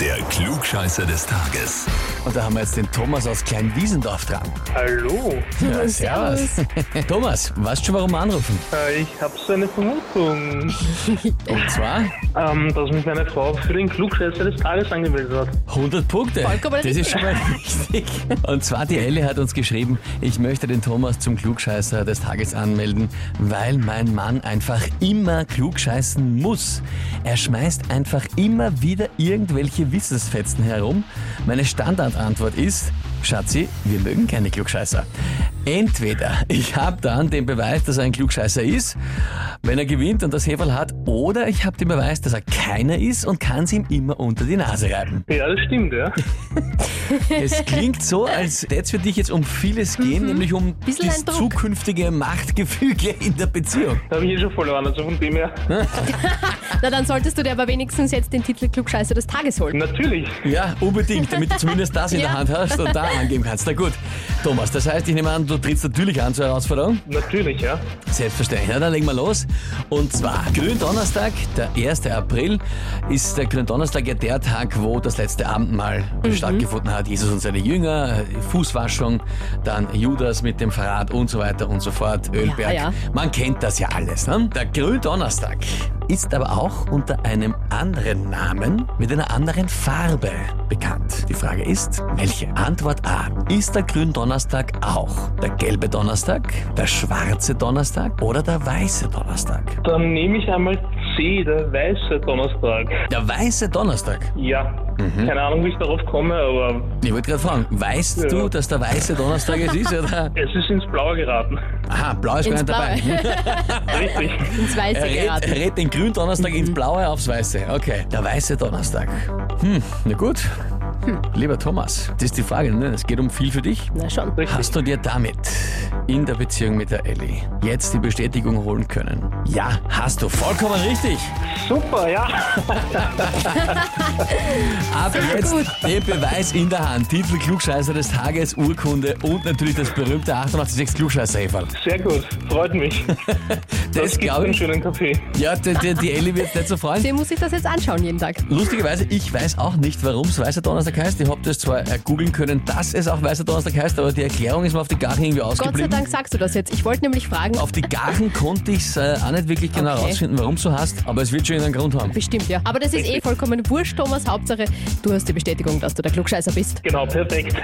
Der Klugscheißer des Tages. Und da haben wir jetzt den Thomas aus Kleinwiesendorf dran. Hallo, Ja, servus. Thomas, weißt du schon, warum wir anrufen? äh, ich habe so eine Vermutung, Und zwar ähm, dass mich meine Frau für den Klugscheißer des Tages angemeldet hat. 100 Punkte. Vollkommen das ist schon mal richtig. Und zwar die Elle hat uns geschrieben, ich möchte den Thomas zum Klugscheißer des Tages anmelden, weil mein Mann einfach immer klugscheißen muss. Er schmeißt einfach immer wieder irgendwelche Wissensfetzen herum. Meine Standardantwort ist, Schatzi, wir mögen keine Klugscheißer. Entweder ich habe dann den Beweis, dass er ein Klugscheißer ist, wenn er gewinnt und das Heferl hat, oder ich habe den Beweis, dass er keiner ist und kann es ihm immer unter die Nase reiben. Ja, das stimmt, ja. Es klingt so, als hätte es für dich jetzt um vieles gehen, nämlich um Bisschen das Mhm. ein Druck. zukünftige Machtgefüge in der Beziehung. Da habe ich eh schon verloren, also von dem her. Na, dann solltest du dir aber wenigstens jetzt den Titel Klugscheißer des Tages holen. Natürlich, Ja, unbedingt, damit du zumindest das in der Ja. Hand hast und da angeben kannst. Na gut, Thomas, das heißt, ich nehme an, du trittst natürlich an zur Herausforderung. natürlich, ja. Selbstverständlich. Na, dann legen wir los. Und zwar Gründonnerstag, der 1. April, ist der Gründonnerstag ja der Tag, wo das letzte Abendmahl Mhm. stattgefunden hat. Jesus und seine Jünger, äh, Fußwaschung, dann Judas mit dem Verrat und so weiter und so fort, Ölberg. ja. Man kennt das ja alles. Ne? Der Gründonnerstag ist aber auch unter einem anderen Namen mit einer anderen Farbe bekannt. Die Frage ist, welche? Antwort A. Ist der Gründonnerstag auch der gelbe Donnerstag, der schwarze Donnerstag oder der weiße Donnerstag? Dann nehme ich einmal C, der weiße Donnerstag. Der weiße Donnerstag. Ja, keine Ahnung, wie ich darauf komme, aber Ich wollte gerade fragen, weißt Ja. du, dass der weiße Donnerstag es ist? Oder? es ist ins Blaue geraten. Aha, blau ist gar Ins nicht dabei. Blaue. Richtig. Ins Weiße Er rät, er geraten. rät den Gründonnerstag ins Blaue aufs Weiße. Okay, Mhm. der weiße Donnerstag. Hm, na gut. Lieber Thomas, das ist die Frage, ne? es geht um viel für dich. Na schon. Richtig. Hast du dir damit in der Beziehung mit der Ellie jetzt die Bestätigung holen können? Ja, hast du. Vollkommen richtig. Super, ja. Ab jetzt gut. den Beweis in der Hand. Titel Klugscheißer des Tages, Urkunde und natürlich das berühmte 886 klugscheißer -Häferl. Sehr gut, freut mich. Das gibt glaube einen ich. schönen Kaffee. Ja, die, die, die Ellie wird nicht so freuen. Dem muss ich das jetzt anschauen jeden Tag. Lustigerweise, ich weiß auch nicht, warum es Weißer Donnerstag heißt. Ich habe das zwar äh, googeln können, dass es auch Weißer Donnerstag heißt, aber die Erklärung ist mir auf die Garten irgendwie Gott sei ausgeblieben. Dank sagst du das jetzt. Ich wollte nämlich fragen, Auf die Garten konnte ich es äh, auch nicht wirklich genau Okay. herausfinden, warum so heißt, aber es wird schon einen Grund haben. bestimmt ja. Aber das ist eh vollkommen wurscht, Thomas. Hauptsache, du hast die Bestätigung, dass du der Klugscheißer bist. Genau, perfekt.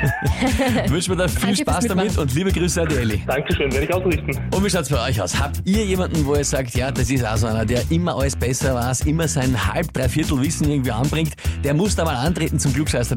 Wünsche mir da viel Danke Spaß fürs damit und liebe Grüße an die Elli. Dankeschön, werde ich ausrichten. Und wie schaut's bei euch aus? Habt ihr jemanden, wo ihr sagt, ja, das ist auch so einer, der immer alles besser weiß, immer sein halb, dreiviertel Wissen irgendwie anbringt, der muss da mal antreten zum Glückscheißer